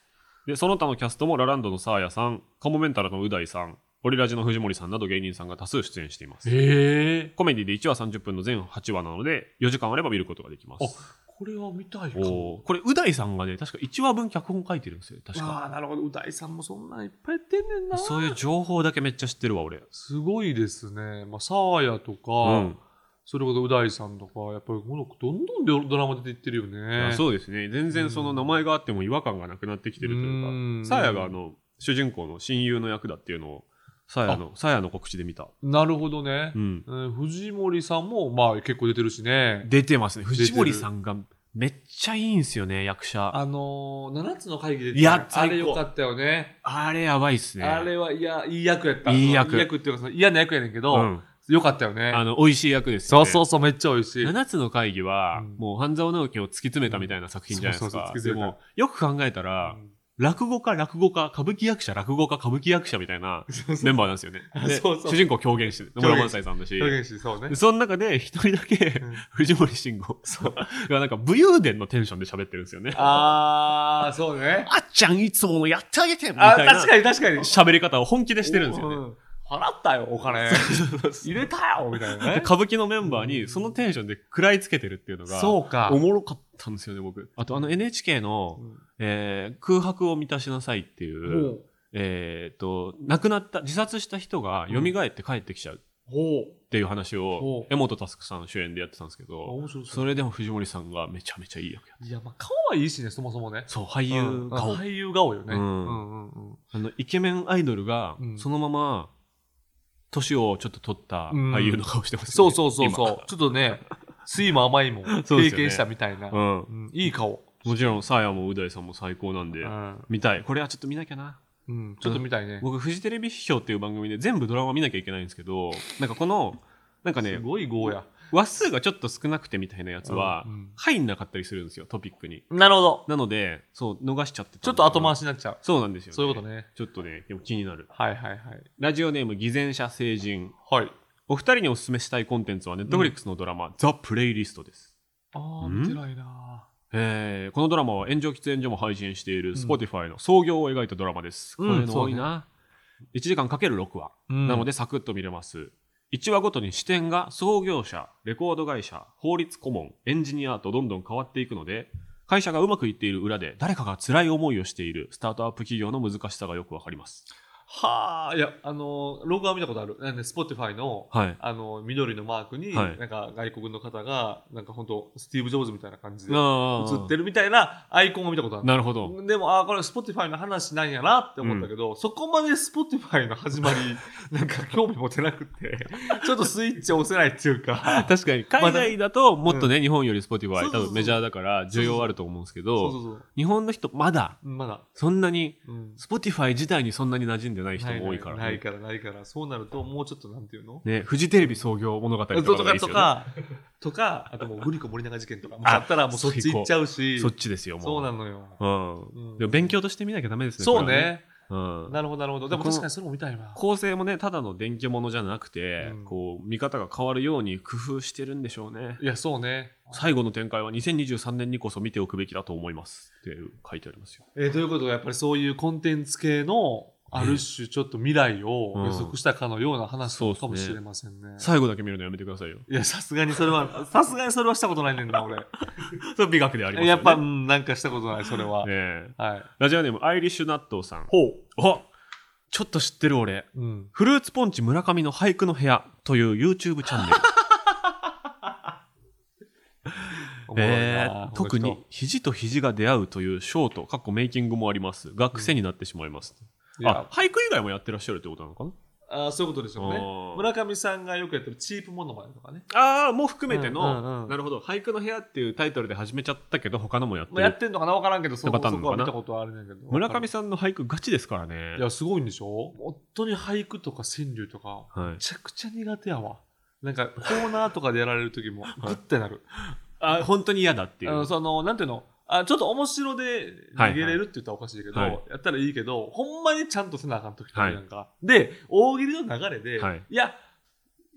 Speaker 2: で、その他のキャストもラランドのサーヤさん、カモメンタルのう大さん、オリラジの藤森さんなど芸人さんが多数出演しています。
Speaker 3: ええ
Speaker 2: コメディで1話30分の全8話なので、4時間あれば見ることができます。
Speaker 3: これは見たいかも
Speaker 2: おーこれ、う大さんがね、確か1話分脚本書いてるんですよ、確
Speaker 3: あ
Speaker 2: か。
Speaker 3: あなるほどう大さんもそんなんいっぱいやってんねんな
Speaker 2: そういう情報だけめっちゃ知ってるわ、俺。
Speaker 3: すごいですねまあサーヤとか、
Speaker 2: うん。
Speaker 3: それこそう大さんとかやっぱりこの子どんどんドラマ出ていってるよね
Speaker 2: あそうですね。全然その名前があっても違和感がなくなってきてると
Speaker 3: う
Speaker 2: い
Speaker 3: ん
Speaker 2: うか、サーヤがあの、主人公の親友の役だっていうのを、サーヤの、サーヤの告知で見た。
Speaker 3: なるほどね
Speaker 2: う、ん。
Speaker 3: うん藤森さんもまあ結構出てるしね
Speaker 2: 出てますね。
Speaker 3: てる
Speaker 2: 藤森さんがめっちゃいいんすよね、役者。
Speaker 3: あのー、7つの会議で
Speaker 2: いや
Speaker 3: あれ
Speaker 2: 最高
Speaker 3: よかったよね
Speaker 2: あれやばいっすね。
Speaker 3: あれはいやいい役やった
Speaker 2: いい役
Speaker 3: いい役っていうかその嫌な役やねんけど、
Speaker 2: うん。
Speaker 3: よかったよね
Speaker 2: あの、美味しい役ですよ
Speaker 3: そう
Speaker 2: ね。
Speaker 3: そうそうめっちゃ美味しい
Speaker 2: 7つの会議は、
Speaker 3: うん
Speaker 2: もう半沢直樹を突き詰めたみたいな作品じゃないです
Speaker 3: そうそう
Speaker 2: か
Speaker 3: そう。突き
Speaker 2: で
Speaker 3: 詰めた
Speaker 2: も、よく考えたら、
Speaker 3: う
Speaker 2: 落語家、落語家、歌舞伎役者、落語家、歌舞伎役者みたいなメンバーなんですよね。で
Speaker 3: そうそう
Speaker 2: 主人公狂言師、野村萬斎さんだし
Speaker 3: ん、 表現しそうね
Speaker 2: でその中で一人だけ、
Speaker 3: うん
Speaker 2: 藤森慎吾がなんか武勇伝のテンションで喋ってるんですよね。あ
Speaker 3: ああそうね
Speaker 2: っちゃんいつものやってあげてみ
Speaker 3: あ
Speaker 2: たいな
Speaker 3: 確かに確かに
Speaker 2: 喋り方を本気でしてるんですよね。
Speaker 3: ね払ったよお金入れたよみたいな
Speaker 2: で
Speaker 3: ね
Speaker 2: 歌舞伎のメンバーにそのテンションで食らいつけてるっていうのが、
Speaker 3: そうか
Speaker 2: おもろかったんですよね、僕。あと、あの NHK の、えー空白を満たしなさいっていう、
Speaker 3: ほう
Speaker 2: えーっと、亡くなった、自殺した人が蘇って帰ってきちゃう
Speaker 3: ほう
Speaker 2: っていう話を
Speaker 3: ほ、
Speaker 2: 江本佑さん主演でやってたんですけ
Speaker 3: あ
Speaker 2: ど、
Speaker 3: 面白そ
Speaker 2: そうれでも藤森さんがめちゃめちゃいい役や
Speaker 3: いやまあ顔はいいしねそもそもね
Speaker 2: そう、俳
Speaker 3: うん
Speaker 2: 優顔。
Speaker 3: 俳優顔よね
Speaker 2: う
Speaker 3: うんんうんうん
Speaker 2: あの、イケメンアイドルが
Speaker 3: う、ん
Speaker 2: そのまま、年をちょっと取った
Speaker 3: うん
Speaker 2: 俳優の顔してますよ
Speaker 3: そ
Speaker 2: ね、
Speaker 3: うそうそうそうちょっとね酸いも甘いも
Speaker 2: そうですよね
Speaker 3: 経験したみたいな
Speaker 2: 今うん
Speaker 3: う。んいい顔
Speaker 2: もちろん、サーヤもう大さんも最高なんで
Speaker 3: う、ん
Speaker 2: 見たい。これはちょっと見なきゃな。
Speaker 3: うんちょっと見たいね
Speaker 2: 僕、フジテレビ批評っていう番組で全部ドラマ見なきゃいけないんですけど、なんかこの、なんかね
Speaker 3: す、ごい豪や
Speaker 2: 話数がちょっと少なくてみたいなやつは
Speaker 3: うんうん、
Speaker 2: 入んなかったりするんですよ、トピックに。
Speaker 3: なるほど
Speaker 2: なので、そう、逃しちゃってた
Speaker 3: ちょっと後回
Speaker 2: し。
Speaker 3: しになっちゃう
Speaker 2: そうなんですよ、
Speaker 3: そういうこと。ね
Speaker 2: ちょっとね、でも気になる。
Speaker 3: はいはいはい
Speaker 2: ラジオネーム、偽善者成人。
Speaker 3: はい
Speaker 2: お二人にお勧めしたいコンテンツは、ネットフリックスのドラマ、ザ・プレイリストです。
Speaker 3: ああ
Speaker 2: ん
Speaker 3: 見てないな
Speaker 2: えーこのドラマは炎上喫煙所も配信している
Speaker 3: ん
Speaker 2: Spotify の創業を描いたドラマです。
Speaker 3: うん
Speaker 2: こういうの多いな。1時間かける6話。な
Speaker 3: な
Speaker 2: のでサクッと見れます。1話ごとに視点が創業者、レコード会社、法律顧問、エンジニアとどんどん変わっていくので、会社がうまくいっている裏で誰かが辛い思いをしているスタートアップ企業の難しさがよくわかります。
Speaker 3: はあ、いや、あの、ログは見たことある。なんで、スポティファイの、
Speaker 2: はい。
Speaker 3: あの、緑のマークに、
Speaker 2: はい
Speaker 3: なんか外国の方が、なんか本当スティーブ・ジョブズみたいな感じで映
Speaker 2: あー
Speaker 3: ってるみたいなアイコンを見たことある。
Speaker 2: なるほど。
Speaker 3: でも、ああ、これスポティファイの話なんやなって思ったけど、そこまでスポティファイの 始まり、なんか興味持てなくて、ちょっとスイッチ押せないっていう か、
Speaker 2: 確かに海外だともっとね、日本より Spotify
Speaker 3: そ
Speaker 2: 多
Speaker 3: うそうそう
Speaker 2: 分メジャーだから需要あると思うんですけ
Speaker 3: そう
Speaker 2: ど
Speaker 3: そうそう。
Speaker 2: 日本の人まだ
Speaker 3: まだ。
Speaker 2: そんなに
Speaker 3: うん。
Speaker 2: Spotify 自体にそんなに馴染んでない人
Speaker 3: ない
Speaker 2: も多いから、ね
Speaker 3: ないから、ないから。そうなると、もうちょっとなんていうの
Speaker 2: ね、フジテレビ創業物語とか
Speaker 3: と
Speaker 2: がいい
Speaker 3: か
Speaker 2: です
Speaker 3: と
Speaker 2: よね
Speaker 3: か、とか、あともうグリコ森永事件とか、もう
Speaker 2: あ
Speaker 3: あったらもうそっち行っちゃうし、
Speaker 2: そっちですよもう
Speaker 3: そうなのよ。
Speaker 2: うん
Speaker 3: うん
Speaker 2: でも勉強として見なきゃダメですね。
Speaker 3: そう
Speaker 2: これは。
Speaker 3: ね。
Speaker 2: うん、
Speaker 3: なるほど、なるほど。でも確かにそれも見たいわ。
Speaker 2: 構成もねただの電気物じゃなくて、
Speaker 3: うん
Speaker 2: こう見方が変わるように工夫してるんでしょうね。
Speaker 3: いや、そうね。
Speaker 2: 最後の展開は2023年にこそ見ておくべきだと思いますって書いてありますよ。
Speaker 3: えーということは、やっぱりそういうコンテンツ系の、ある種ちょっと未来を予測したかのような話
Speaker 2: うん
Speaker 3: かもしれませんね。
Speaker 2: 最後だけ見るのやめてくださいよ。
Speaker 3: いや、さすがにそれは、 さすがにそれはしたことないねんな、俺。
Speaker 2: それ美学でありますよね。
Speaker 3: やっぱ、うんなんかしたことない、それは。
Speaker 2: ええ
Speaker 3: はい。
Speaker 2: ラジオネームアイリッシュ納豆さん。
Speaker 3: ほ
Speaker 2: おちょっと知ってる俺。
Speaker 3: う。うん。
Speaker 2: フルーツポンチ村上の俳句の部屋という YouTube チャン ネル。
Speaker 3: おもろいな
Speaker 2: え
Speaker 3: こ
Speaker 2: ー
Speaker 3: の人
Speaker 2: 特に肘と肘が出会うというショート、かっこメイキングもありますが癖になってしまいます。
Speaker 3: いや
Speaker 2: あ、俳句以外もやってらっしゃるってことなのかな
Speaker 3: あーそういうことでしょう
Speaker 2: あ
Speaker 3: ね
Speaker 2: ー。
Speaker 3: 村上さんがよくやってるチープモノマネとかね。
Speaker 2: ああ、もう含めての、
Speaker 3: うんうんうん
Speaker 2: なるほど、俳句の部屋っていうタイトルで始めちゃったけど、他のもやって
Speaker 3: まあ、やっ
Speaker 2: る。
Speaker 3: てんのかな分からんけど、そ
Speaker 2: パ
Speaker 3: こ
Speaker 2: ターン
Speaker 3: そ
Speaker 2: なのか
Speaker 3: こは
Speaker 2: な
Speaker 3: 見たことあるねんけど。
Speaker 2: 村上さんの俳句ガチですからね
Speaker 3: い。や、すごいんでしょ本当に俳句とか川柳とか、
Speaker 2: はい
Speaker 3: め、ちゃくちゃ苦手やわ。なんか、コーナーとかでやられる時も、グッてなる。
Speaker 2: あ本当に嫌だってい
Speaker 3: あ
Speaker 2: う
Speaker 3: の、。その、なんていうの、あちょっと面白で逃げれるって言ったらおかしいけど、
Speaker 2: はいはい
Speaker 3: やったらいいけど、ほんまにちゃんとせなあかん時とかなんか、で、大喜利の流れで、
Speaker 2: はい
Speaker 3: い、や、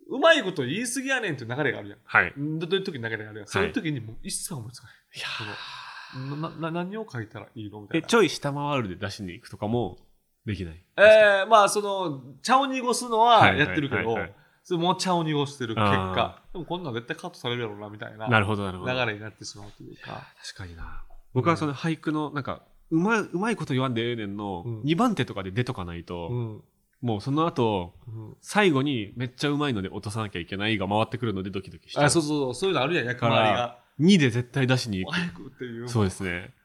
Speaker 3: うまいこと言い過ぎやねんっていう流れがあるやん。
Speaker 2: はい。
Speaker 3: うんという時に流れがあるやん。そういう時にもう一切思いつかない。そのなな何を書いたらいいのみたい
Speaker 2: え、
Speaker 3: な
Speaker 2: ちょい下回るで出しに行くとかもできない。
Speaker 3: えー、まあその茶を濁すのはやってるけ
Speaker 2: はいはい
Speaker 3: ど
Speaker 2: はいはい
Speaker 3: それもう茶を濁してる結果
Speaker 2: あ
Speaker 3: でもこんなん絶対カットされるやろうなみたいな
Speaker 2: なるほど、なるほど。
Speaker 3: 流れになってしまうというか
Speaker 2: 確かにな。僕はその俳句の、なんか、うまい、うまいこと言わんでええねんの、
Speaker 3: うん
Speaker 2: 2番手とかで出とかないと、
Speaker 3: うん
Speaker 2: もうその後、
Speaker 3: うん
Speaker 2: 最後にめっちゃうまいので落とさなきゃいけないが回ってくるのでドキドキして
Speaker 3: あそうそうそうそういうのあるやん役割が
Speaker 2: 2で絶対出しに行く。
Speaker 3: 早くっていう
Speaker 2: そうですね。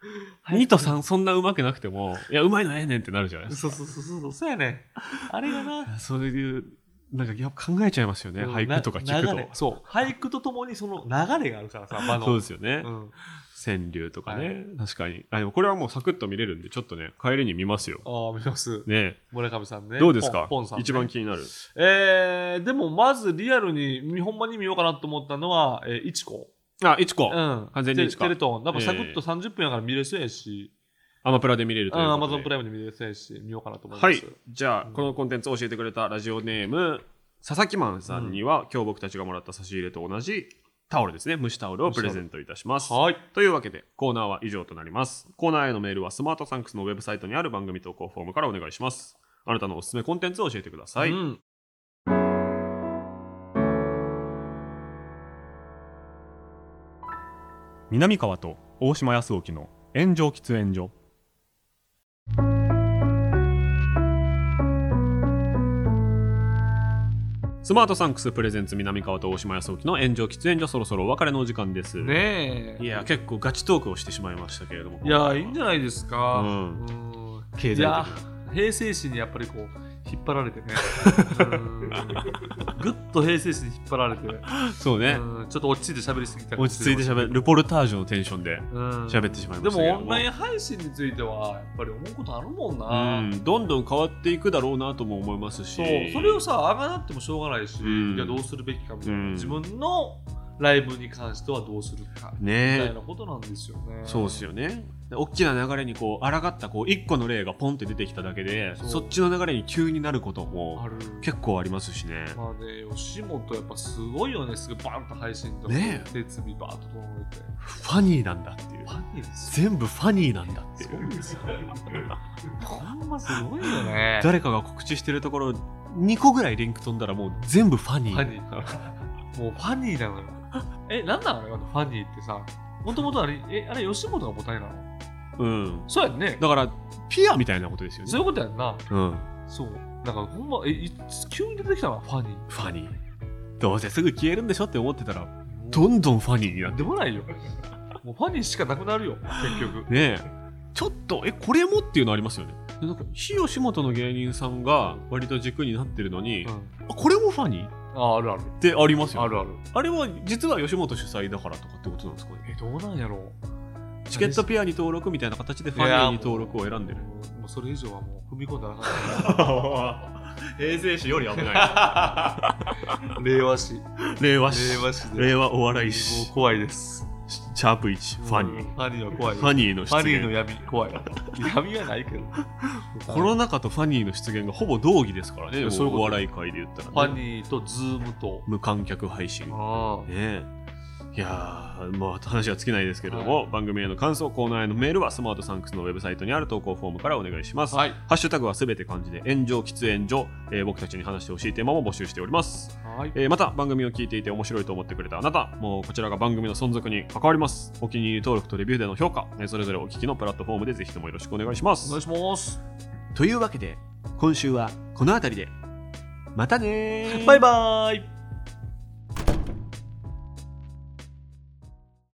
Speaker 2: 2と3そんなうまくなくても、いや、うまいのええねんってなるじゃないです
Speaker 3: そうそうそうそうそうやねあれがな
Speaker 2: か。そういう、なんかやっぱ考えちゃいますよね。
Speaker 3: うん
Speaker 2: 俳句とか聞く
Speaker 3: な流れ
Speaker 2: と。そう。
Speaker 3: 俳句とともにその流れがあるからさ場の
Speaker 2: そうですよね。
Speaker 3: うん
Speaker 2: 川柳とかね、確かに。あ、でもこれはもうサクッと見れるんで、ちょっとね、帰りに見ますよ。
Speaker 3: ああ見ます
Speaker 2: ね
Speaker 3: 村上さんね
Speaker 2: どうですか
Speaker 3: ポンポンさんね
Speaker 2: 一番気になる。
Speaker 3: えー、でもまずリアルにみほんまに見ようかなと思ったのは、えー、いちこ。
Speaker 2: あ、いちこ。
Speaker 3: うん。
Speaker 2: 完全にいちこ
Speaker 3: テレテレ東。なんかサクッと
Speaker 2: え
Speaker 3: 30分やから見れそうやし、
Speaker 2: アマプラで見れるという
Speaker 3: ア
Speaker 2: こ
Speaker 3: マ
Speaker 2: と
Speaker 3: ゾ
Speaker 2: で
Speaker 3: ンプライムで見れそうやし、見ようかなと思います。
Speaker 2: はい。じゃあ、このコンテンツを教えてくれたラジオネーム、佐々木マンさんには、今日僕たちがもらった差し入れと同じタオルですね。蒸しタオルをプレゼントいたします。
Speaker 3: はい。
Speaker 2: というわけで、コーナーは以上となります。コーナーへのメールはスマートサンクスのウェブサイトにある番組投稿フォームからお願いします。あなたのおすすめコンテンツを教えてください。
Speaker 3: うん
Speaker 2: 南川と大島康沖の炎上喫煙所スマートサンクスプレゼンツ南川と大島康沖の炎上喫煙所そろそろお別れのお時間です、
Speaker 3: ねえ。
Speaker 2: いや結構ガチトークをしてしまいましたけれども
Speaker 3: いや、いいんじゃないですか。
Speaker 2: うん
Speaker 3: うん
Speaker 2: 経済的
Speaker 3: い
Speaker 2: に
Speaker 3: や、平成史にやっぱりこう、引っ張ら れてね。うんぐっと平成史に引っ張られて、
Speaker 2: そうね、
Speaker 3: うんちょっと落ち着いて喋りすぎたかも
Speaker 2: 落ち
Speaker 3: し
Speaker 2: 着
Speaker 3: れ
Speaker 2: い
Speaker 3: ま
Speaker 2: て
Speaker 3: せん
Speaker 2: 喋るルポルタージュのテンションで
Speaker 3: うん
Speaker 2: 喋ってしまい
Speaker 3: で
Speaker 2: ましたけれど
Speaker 3: もオン
Speaker 2: も
Speaker 3: ライン配信についてはやっぱり思うことあるもん
Speaker 2: う
Speaker 3: な、
Speaker 2: ん、どんどん変わっていくだろうなとも思いますし
Speaker 3: そうそれをさあがなってもしょうがないし、
Speaker 2: うん
Speaker 3: いやどうするべきかみたいな、
Speaker 2: うん
Speaker 3: 自分のライブに関してはどうするかみ
Speaker 2: ね
Speaker 3: たいなことなんですよね、
Speaker 2: そうですよね。で大きな流れにこう、抗ったこう、一個の例がポンって出てきただけで、
Speaker 3: そう
Speaker 2: そっちの流れに急になること
Speaker 3: あ
Speaker 2: も
Speaker 3: る
Speaker 2: 結構ありますしね。
Speaker 3: まあね吉本やっぱすごいよねすぐバンと配信とか、
Speaker 2: ねえ
Speaker 3: 設備バーッと整えて
Speaker 2: ファニーなんだっていう。
Speaker 3: ファニーですよ
Speaker 2: 全部ファニーなんだってい
Speaker 3: すご
Speaker 2: う。
Speaker 3: いですよ ほんますごいよね
Speaker 2: 誰かが告知してるところ、2個ぐらいリンク飛んだらもう全部ファニ
Speaker 3: フ
Speaker 2: ー。
Speaker 3: ァニーもうファニーなのよ えなんなのよファニーってさもともとあれえあれ吉本が母体なの
Speaker 2: うん。
Speaker 3: そうやんね。
Speaker 2: だから、ピアみたいなことですよ
Speaker 3: そ
Speaker 2: ね。
Speaker 3: ういうことやんな。
Speaker 2: うん。
Speaker 3: そう。だからほんま、え、いつ急に出てきたな、ファニー。
Speaker 2: ファニー。どうせすぐ消えるんでしょって思ってたら、どんどんファニーにな
Speaker 3: な
Speaker 2: っ
Speaker 3: ん
Speaker 2: て
Speaker 3: でもないよ。 もうファニーしかなくなるよ、結局。
Speaker 2: ねえちょっとえこれもっていうのありますよねでなんか日吉本の芸人さんが割と軸になってるのに、
Speaker 3: う
Speaker 2: あ
Speaker 3: ん、
Speaker 2: これもファニーっ
Speaker 3: あ、あるある。
Speaker 2: てありますよね
Speaker 3: あるある。
Speaker 2: あれは実は吉本主催だからとかってことなんですか
Speaker 3: え、
Speaker 2: ね
Speaker 3: どうなんやろう。
Speaker 2: チケットピアに登録みたいな形でファニーに登録を選んでる
Speaker 3: もうもうそれ以上はもう踏み込んだらあかん
Speaker 2: 平 成史より危ない
Speaker 3: 令和史。令
Speaker 2: 令和史
Speaker 3: 和史で。
Speaker 2: 令和お笑い
Speaker 3: も
Speaker 2: 史
Speaker 3: う怖いです。
Speaker 2: シャープ1ファニ
Speaker 3: う
Speaker 2: ー
Speaker 3: んファニーは怖い。
Speaker 2: ファニーの
Speaker 3: ファ
Speaker 2: 出
Speaker 3: ニーの
Speaker 2: 現
Speaker 3: 闇、怖い。闇はないけど。
Speaker 2: コロナ禍とファニーの出現がほぼ同義ですからね
Speaker 3: そういうこ
Speaker 2: お
Speaker 3: と
Speaker 2: 笑い界で言ったら、ね、
Speaker 3: ファニーとズームと。
Speaker 2: 無観客配信
Speaker 3: ああ。
Speaker 2: ねえ。いやー、まあ、話は尽きないですけれども、番組への感想、コーナーへのメールは、スマートサンクスのウェブサイトにある投稿フォームからお願いします。
Speaker 3: はい。
Speaker 2: ハッシュタグはすべて漢字で、炎上、喫煙所、えー僕たちに話してほしいテーマも募集しております。
Speaker 3: はい。
Speaker 2: えーまた、番組を聞いていて面白いと思ってくれたあなた、もうこちらが番組の存続に関わります。お気に入り登録とレビューでの評価、えーそれぞれお聞きのプラットフォームでぜひともよろしくお願いしま
Speaker 3: お
Speaker 2: す
Speaker 3: 願い。します。
Speaker 2: というわけで、今週はこの辺りで、またねー
Speaker 3: バイバーイ。